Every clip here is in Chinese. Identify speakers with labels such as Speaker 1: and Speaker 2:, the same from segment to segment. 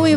Speaker 1: 位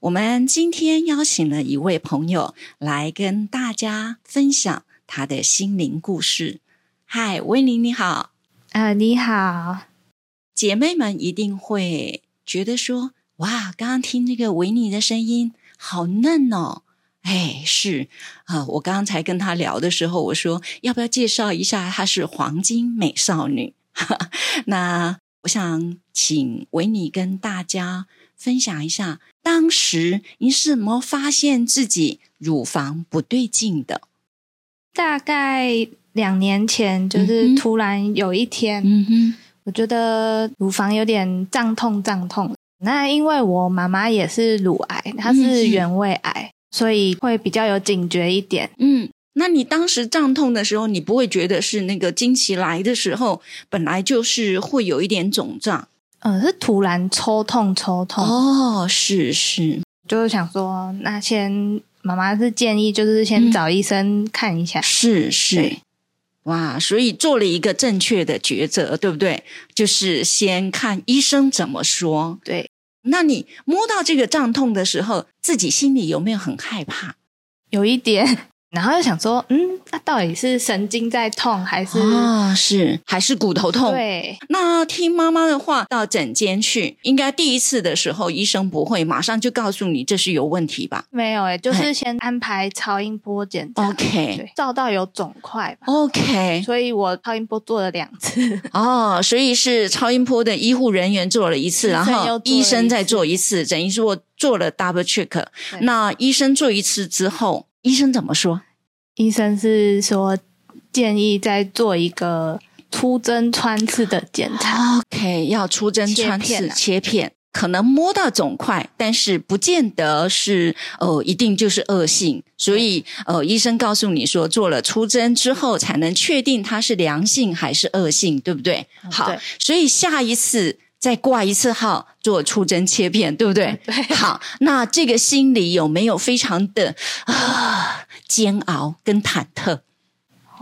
Speaker 1: 我们今天邀请了一位朋友来跟大家分享他的心灵故事。嗨，威宁，你好。
Speaker 2: 呃，你好，
Speaker 1: 姐妹们一定会觉得说：“哇，刚刚听这个维尼的声音好嫩哦。”哎，是啊、我刚才跟她聊的时候，我说要不要介绍一下她是黄金美少女？ 那我想请维尼跟大家分享一下，当时你是怎么发现自己乳房不对劲的？
Speaker 2: 大概两年前，就
Speaker 1: 嗯哼
Speaker 2: 是突然有一天，
Speaker 1: 嗯哼，
Speaker 2: 我觉得乳房有点胀痛胀痛。那因为我妈妈也是乳癌，她
Speaker 1: 嗯
Speaker 2: 是
Speaker 1: 嗯
Speaker 2: 原位癌，所以会比较有警觉一点。
Speaker 1: 嗯，那你当时胀痛的时候，你不会觉得是那个经期来的时候，本来就是会有一点肿胀。
Speaker 2: 呃，是突然抽痛抽痛，
Speaker 1: 哦，是是
Speaker 2: 就是想说，那先妈妈是建议就是先
Speaker 1: 嗯
Speaker 2: 找医生看一下。
Speaker 1: 是是
Speaker 2: 对，
Speaker 1: 哇！所以做了一个正确的抉择，对不对？就是先看医生怎么说。
Speaker 2: 对，
Speaker 1: 那你摸到这个胀痛的时候，自己心里有没有很害怕？
Speaker 2: 有一点， 然后又想说，嗯，那、到底是神经在痛还是？
Speaker 1: 啊，是还是骨头痛？
Speaker 2: 对，
Speaker 1: 那听妈妈的话，到诊间去，应该第一次的时候，医生不会马上就告诉你这是有问题吧
Speaker 2: 没有诶、欸就
Speaker 1: 嘿
Speaker 2: 是先安排超音波检查。
Speaker 1: ？OK
Speaker 2: 对，照到有肿块吧，
Speaker 1: OK，
Speaker 2: 所以我超音波做了两次。
Speaker 1: 哦，所以是超音波的医护人员做了一次，
Speaker 2: 医
Speaker 1: 然
Speaker 2: 生又做
Speaker 1: 后
Speaker 2: 了
Speaker 1: 医生
Speaker 2: 一
Speaker 1: 再
Speaker 2: 次
Speaker 1: 做一次，等于说我做了 double check。那医生做一次之后，医生怎么说？
Speaker 2: 医生是说建议再做一个出针穿刺的检查。
Speaker 1: OK，要出针
Speaker 2: 切
Speaker 1: 穿
Speaker 2: 片
Speaker 1: 刺
Speaker 2: 啊
Speaker 1: 切片，可能摸到肿块，但是不见得是呃一定就是恶性，所以呃医生告诉你说做了出针之后才能确定它是良性还是恶性，对不对？好
Speaker 2: 哦对，
Speaker 1: 所以下一次再挂一次号做出针切片，对不对？
Speaker 2: 对
Speaker 1: 好，那这个心里有没有非常的啊煎熬跟忐忑？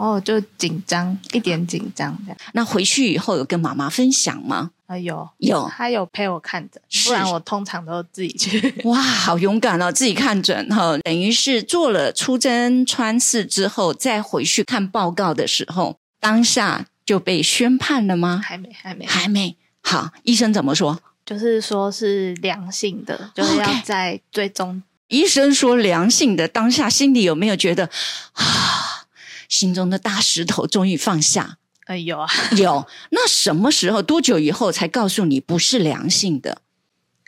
Speaker 2: 哦，就紧张一点，紧张这样。
Speaker 1: 那回去以后有跟妈妈分享吗？
Speaker 2: 啊，有
Speaker 1: 有
Speaker 2: 他有陪我看着，
Speaker 1: 是
Speaker 2: 不然我通常都自己去。
Speaker 1: 哇，好勇敢哦！自己看准哈、等于是做了出针穿刺之后，再回去看报告的时候，当下就被宣判了吗？
Speaker 2: 还没，还没，
Speaker 1: 还没。好，医生怎么说？
Speaker 2: 就是说是良性的，就是要
Speaker 1: OK
Speaker 2: 在最终
Speaker 1: 医生说良性的，当下心里有没有觉得啊，心中的大石头终于放下？
Speaker 2: 呃有啊，
Speaker 1: 有。那什么时候？多久以后才告诉你不是良性的？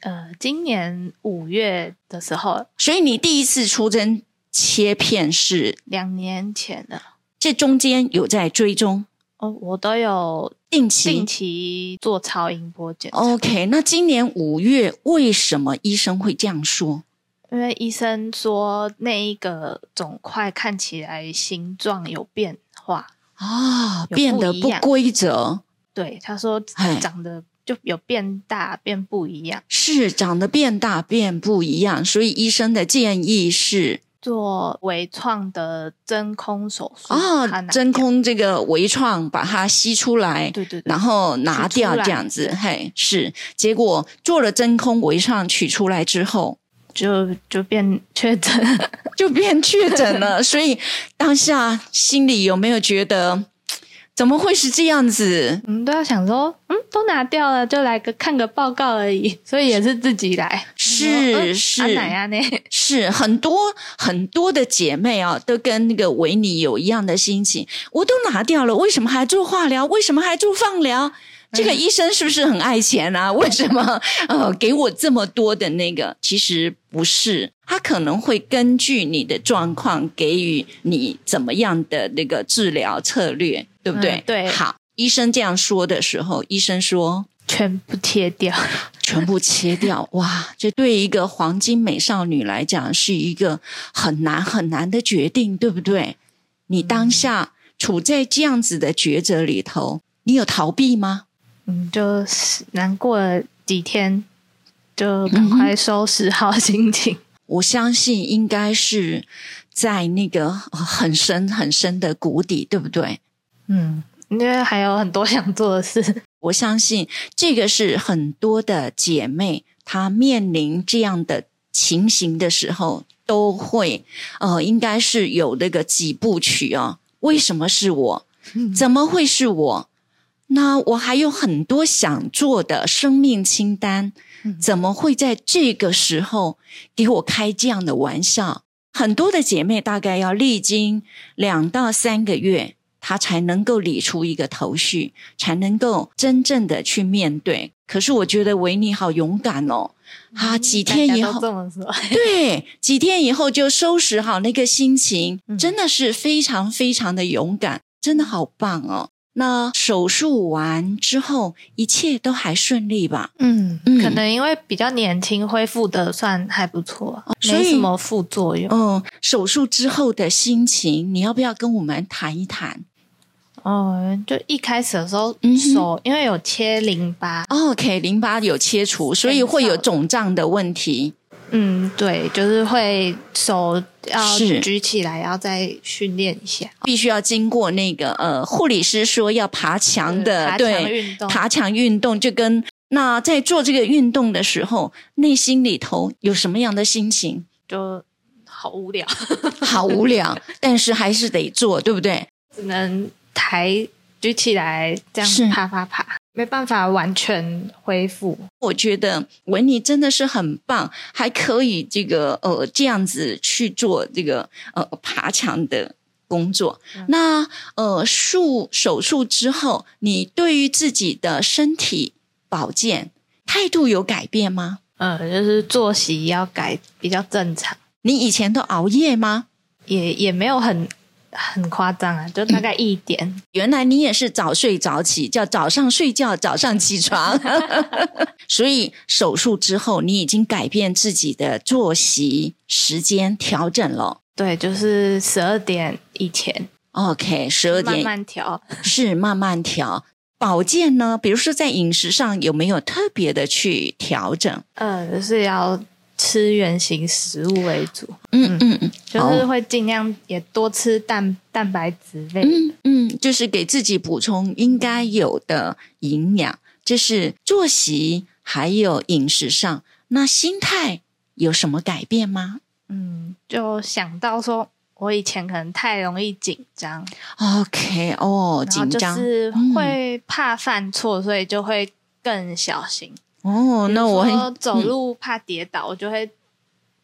Speaker 2: 呃，今年五月的时候，
Speaker 1: 所以你第一次出针切片是
Speaker 2: 两年前的
Speaker 1: 这中间有在追踪
Speaker 2: 哦，我都有
Speaker 1: 定期
Speaker 2: 定期做超音波检查，
Speaker 1: OK，那今年五月为什么医生会这样说？
Speaker 2: 因为医生说那一个肿块看起来形状有变化，
Speaker 1: 哦，
Speaker 2: 啊有
Speaker 1: 变得
Speaker 2: 不一
Speaker 1: 不
Speaker 2: 样
Speaker 1: 规则，
Speaker 2: 对，他说
Speaker 1: 嘿
Speaker 2: 长得就有变大，变不一样，
Speaker 1: 是长得变大变不一样，所以医生的建议是
Speaker 2: 做微创的真空手术
Speaker 1: 哦
Speaker 2: 把它，拿
Speaker 1: 真
Speaker 2: 掉，
Speaker 1: 空这个微创把它吸出来，
Speaker 2: 对对对，
Speaker 1: 然后拿
Speaker 2: 取出
Speaker 1: 掉
Speaker 2: 来
Speaker 1: 这样子，嘿，是。结果做了真空微创取出来之后，
Speaker 2: 就就变确诊，
Speaker 1: 就变确诊了，所以当下心里有没有觉得怎么会是这样子？
Speaker 2: 我们都要想说，嗯，都拿掉了，就来个看个报告而已，所以也是自己来，
Speaker 1: 是
Speaker 2: 嗯
Speaker 1: 是
Speaker 2: 啊奶啊呢，
Speaker 1: 是很多很多的姐妹啊，都跟那个维尼有一样的心情。我都拿掉了，为什么还做化疗？为什么还做放疗？这个医生是不是很爱钱啊？ 为什么呃给我这么多的那个？其实不是，他可能会根据你的状况给予你怎么样的那个治疗策略，对不对？
Speaker 2: 嗯对
Speaker 1: 好，医生这样说的时候，医生说
Speaker 2: 全部切掉。
Speaker 1: 全部切掉，哇！这对一个黄金美少女来讲是一个很难很难的决定，对不对？你当下处在这样子的抉择里头，你有逃避吗？
Speaker 2: 嗯，就是难过了几天，就赶快收拾好心情。
Speaker 1: 我相信应该是在那个呃很深很深的谷底，对不对？
Speaker 2: 嗯，因为还有很多想做的事。
Speaker 1: 我相信这个是很多的姐妹她面临这样的情形的时候，都会呃，应该是有那个几部曲哦。为什么是我？
Speaker 2: 嗯
Speaker 1: 怎么会是我？那我还有很多想做的生命清单
Speaker 2: 嗯，
Speaker 1: 怎么会在这个时候给我开这样的玩笑？很多的姐妹大概要历经两到三个月，她才能够理出一个头绪，才能够真正的去面对。可是我觉得维尼好勇敢哦，
Speaker 2: 嗯
Speaker 1: 啊，几天以
Speaker 2: 大家
Speaker 1: 后
Speaker 2: 都，这么说，
Speaker 1: 对，几天以后就收拾好那个心情，
Speaker 2: 嗯
Speaker 1: 真的是非常非常的勇敢，真的好棒哦。那手术完之后，一切都还顺利吧？
Speaker 2: 嗯
Speaker 1: 嗯，
Speaker 2: 可能因为比较年轻，恢复的算还不错，
Speaker 1: 哦所
Speaker 2: 没
Speaker 1: 以
Speaker 2: 什么副作用。
Speaker 1: 嗯，手术之后的心情，你要不要跟我们谈一谈？
Speaker 2: 哦，就一开始的时候
Speaker 1: 嗯哼
Speaker 2: 手，因为有切淋巴，
Speaker 1: OK，淋巴有切除，所以会有肿胀的问题。
Speaker 2: 嗯，对，就是会手要
Speaker 1: 是
Speaker 2: 举起来，要再训练一下
Speaker 1: 必须要经过那个呃，护理师说要爬墙的，
Speaker 2: 嗯爬
Speaker 1: 对，
Speaker 2: 墙运动，
Speaker 1: 爬墙运动，就跟那在做这个运动的时候，内心里头有什么样的心情？
Speaker 2: 就好无聊，
Speaker 1: 好无聊， 但是还是得做，对不对？
Speaker 2: 只能抬举起来这
Speaker 1: 是
Speaker 2: 样爬爬爬，没办法完全恢复。
Speaker 1: 我觉得维尼真的是很棒，还可以这个呃这样子去做这个呃爬墙的工作。那呃术手术之后，你对于自己的身体保健态度有改变吗？
Speaker 2: 嗯，就是作息要改比较正常，
Speaker 1: 你以前都熬夜吗？
Speaker 2: 也也没有很很夸张啊，就大概一点。
Speaker 1: 原来你也是早睡早起，叫早上睡觉，早上起床。 所以手术之后，你已经改变自己的作息时间调整了。
Speaker 2: 对，就是十二点以前
Speaker 1: OK，十二点
Speaker 2: 慢慢调。
Speaker 1: 是慢慢调。保健呢，比如说在饮食上有没有特别的去调整？
Speaker 2: 呃，就是要吃原型食物为主，
Speaker 1: 嗯嗯嗯，
Speaker 2: 就是会尽量也多吃蛋蛋白质类。
Speaker 1: 嗯嗯，就是给自己补充应该有的营养，这是作息还有饮食上。那心态有什么改变吗？
Speaker 2: 嗯，就想到说我以前可能太容易紧张，
Speaker 1: OK，哦，
Speaker 2: 然后
Speaker 1: 紧
Speaker 2: 就
Speaker 1: 张嗯
Speaker 2: 是会怕犯错，所以就会更小心。
Speaker 1: 哦，那我
Speaker 2: 比如说
Speaker 1: 很
Speaker 2: 走
Speaker 1: 嗯
Speaker 2: 路怕跌倒，我就会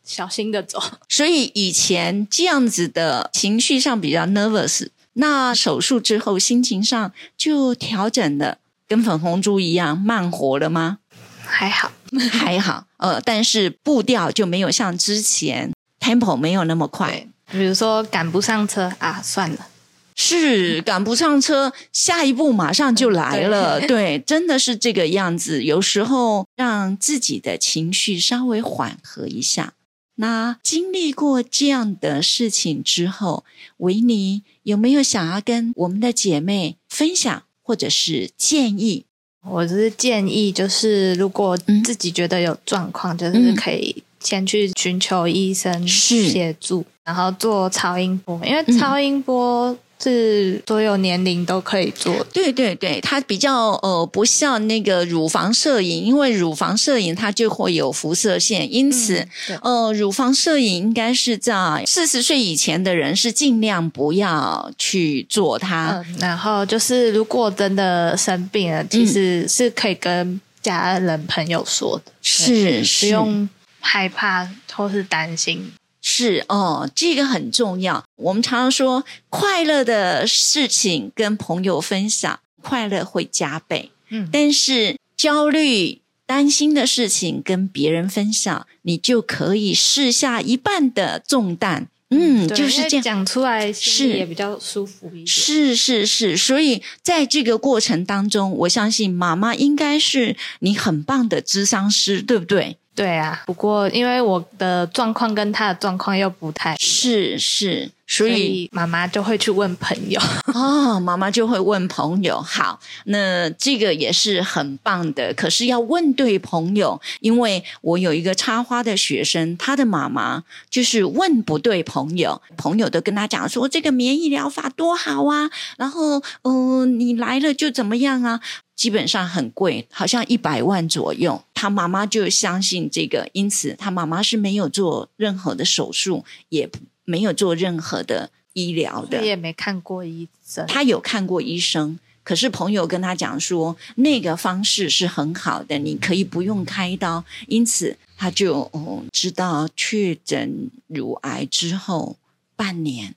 Speaker 2: 小心的走。
Speaker 1: 所以以前这样子的情绪上比较 nervous，那手术之后心情上就调整了，跟粉红猪一样慢活了吗？
Speaker 2: 还好，
Speaker 1: 还好，呃，但是步调就没有像之前 tempo 没有那么快，
Speaker 2: 比如说赶不上车啊，算了。
Speaker 1: 是赶不上车，下一步马上就来 了。嗯对真的是这个样子。有时候让自己的情绪稍微缓和一下。那经历过这样的事情之后，维尼有没有想要跟我们的姐妹分享或者是建议？
Speaker 2: 我只是建议，就是如果
Speaker 1: 嗯
Speaker 2: 自己觉得有状况，就是
Speaker 1: 嗯
Speaker 2: 可以先去寻求医生
Speaker 1: 是
Speaker 2: 协助，然后做超音波，因为
Speaker 1: 嗯
Speaker 2: 超音波是所有年龄都可以做的。
Speaker 1: 对对对，它比较呃不像那个乳房摄影，因为乳房摄影它就会有辐射线，因此、
Speaker 2: 嗯对
Speaker 1: 呃，乳房摄影应该是在四十岁以前的人是尽量不要去做它。
Speaker 2: 嗯，然后就是如果真的生病
Speaker 1: 嗯
Speaker 2: 了，其实是可以跟家人朋友说的，
Speaker 1: 是
Speaker 2: 不
Speaker 1: 是
Speaker 2: 用害怕或是担心。
Speaker 1: 是哦，这个很重要。我们常常说，快乐的事情跟朋友分享，快乐会加倍。
Speaker 2: 嗯
Speaker 1: 但是焦虑、担心的事情跟别人分享，你就可以试下一半的重担，嗯，
Speaker 2: 对
Speaker 1: 就是
Speaker 2: 因为
Speaker 1: 这样。
Speaker 2: 讲出来，
Speaker 1: 是
Speaker 2: 也比较舒服一点。
Speaker 1: 是是是，所以在这个过程当中，我相信妈妈应该是你很棒的智商师，对不对？
Speaker 2: 对啊，不过因为我的状况跟他的状况又不太，
Speaker 1: 是是，所
Speaker 2: 所
Speaker 1: 以
Speaker 2: 以妈妈就会去问朋友。
Speaker 1: 哦，妈妈就会问朋友。好，那这个也是很棒的，可是要问对朋友，因为我有一个插花的学生，他的妈妈就是问不对朋友，朋友都跟他讲说这个免疫疗法多好啊，然后嗯、呃你来了就怎么样啊。基本上很贵，好像一百万左右。他妈妈就相信这个，因此他妈妈是没有做任何的手术，也没有做任何的医疗的。
Speaker 2: 也没看过医生，
Speaker 1: 他有看过医生，可是朋友跟他讲说那个方式是很好的，你可以不用开刀，因此他就哦知道确诊乳癌之后半年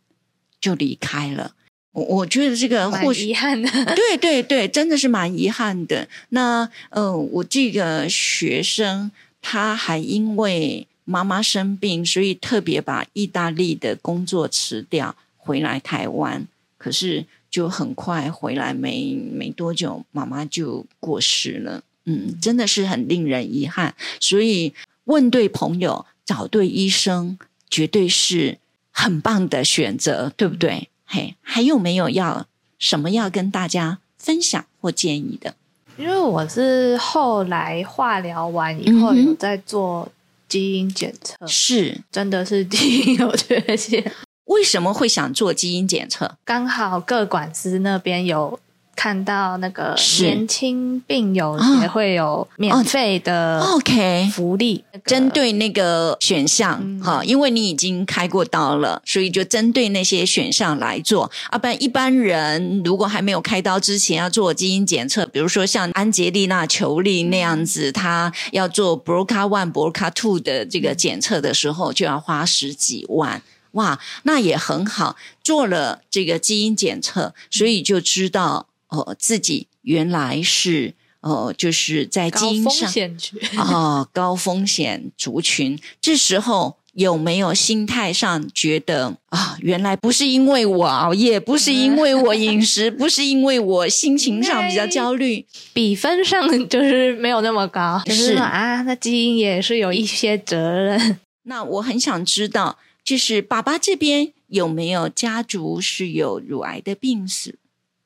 Speaker 1: 就离开了。我我觉得这个
Speaker 2: 蛮
Speaker 1: 或许
Speaker 2: 遗憾的。
Speaker 1: 对对对，真的是蛮遗憾的。那呃，我这个学生他还因为妈妈生病，所以特别把意大利的工作辞掉，回来台湾。可是就很快回来没没多久，妈妈就过世了。嗯，真的是很令人遗憾。所以问对朋友，找对医生，绝对是很棒的选择，对不对？嘿，还有没有要什么要跟大家分享或建议的？
Speaker 2: 因为我是后来化疗完以后
Speaker 1: 嗯哼
Speaker 2: 有在做基因检测，
Speaker 1: 是
Speaker 2: 真的是基因有缺陷。
Speaker 1: 为什么会想做基因检测？
Speaker 2: 刚好各管师那边有看到那个
Speaker 1: 是
Speaker 2: 年轻病友
Speaker 1: 啊
Speaker 2: 也会有免费的
Speaker 1: OK，
Speaker 2: 福利，那个
Speaker 1: 哦针对那个选项
Speaker 2: 嗯
Speaker 1: 哈、因为你已经开过刀了，所以就针对那些选项来做。啊，不然一般人如果还没有开刀之前要做基因检测，比如说像安杰丽娜·裘丽那样
Speaker 2: 嗯
Speaker 1: 子，她要做 BRCA one、BRCA two 的这个检测的时候，就要花十几万。哇，那也很好，做了这个基因检
Speaker 2: 嗯
Speaker 1: 测，所以就知道哦，自己原来是哦，就是在基
Speaker 2: 高
Speaker 1: 因
Speaker 2: 风
Speaker 1: 上
Speaker 2: 险群。
Speaker 1: 啊、高风险族群，这时候有没有心态上觉得啊、原来不是因为我熬夜，不是因为我饮食，不是因为我心情上比较焦 虑，
Speaker 2: 比分上就是没有那么高，就是是说啊，那基因也是有一些责任。
Speaker 1: 那我很想知道，就是爸爸这边有没有家族是有乳癌的病史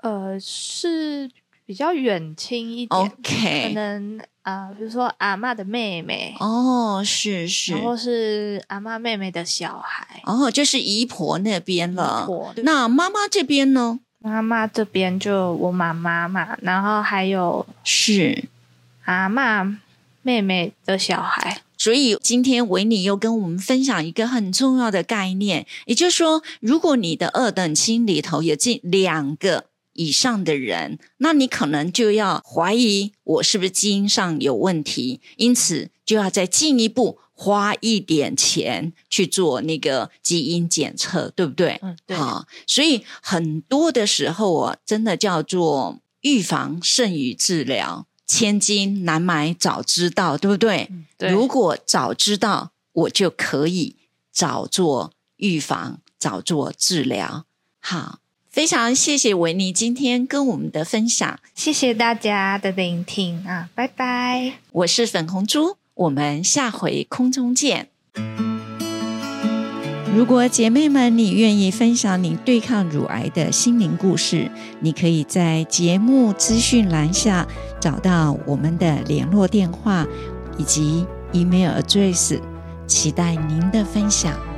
Speaker 2: 呃，是比较远亲一点，可
Speaker 1: ？OK，
Speaker 2: 能啊、呃比如说阿嬷的妹妹，
Speaker 1: 哦，是是
Speaker 2: 然，后是阿嬷妹妹的小孩。
Speaker 1: 哦，就是姨婆那边了
Speaker 2: 姨婆。对
Speaker 1: 那妈妈这边呢？
Speaker 2: 妈妈这边就我妈妈嘛，然后还有
Speaker 1: 是
Speaker 2: 阿嬷妹妹的小孩。
Speaker 1: 所以今天维尼又跟我们分享一个很重要的概念，也就是说，如果你的二等亲里头有近两个以上的人，那你可能就要怀疑我是不是基因上有问题，因此就要再进一步花一点钱去做那个基因检测，对不对？
Speaker 2: 嗯，对，
Speaker 1: 啊，所以很多的时候啊，真的叫做预防胜于治疗，千金难买早知道，对不对？
Speaker 2: 对，
Speaker 1: 如果早知道，我就可以早做预防，早做治疗。好，非常谢谢维尼今天跟我们的分享，
Speaker 2: 谢谢大家的聆听啊，拜拜。
Speaker 1: 我是粉红猪，我们下回空中见。如果姐妹们你愿意分享你对抗乳癌的心灵故事，你可以在节目资讯栏下找到我们的联络电话以及 email address，期待您的分享。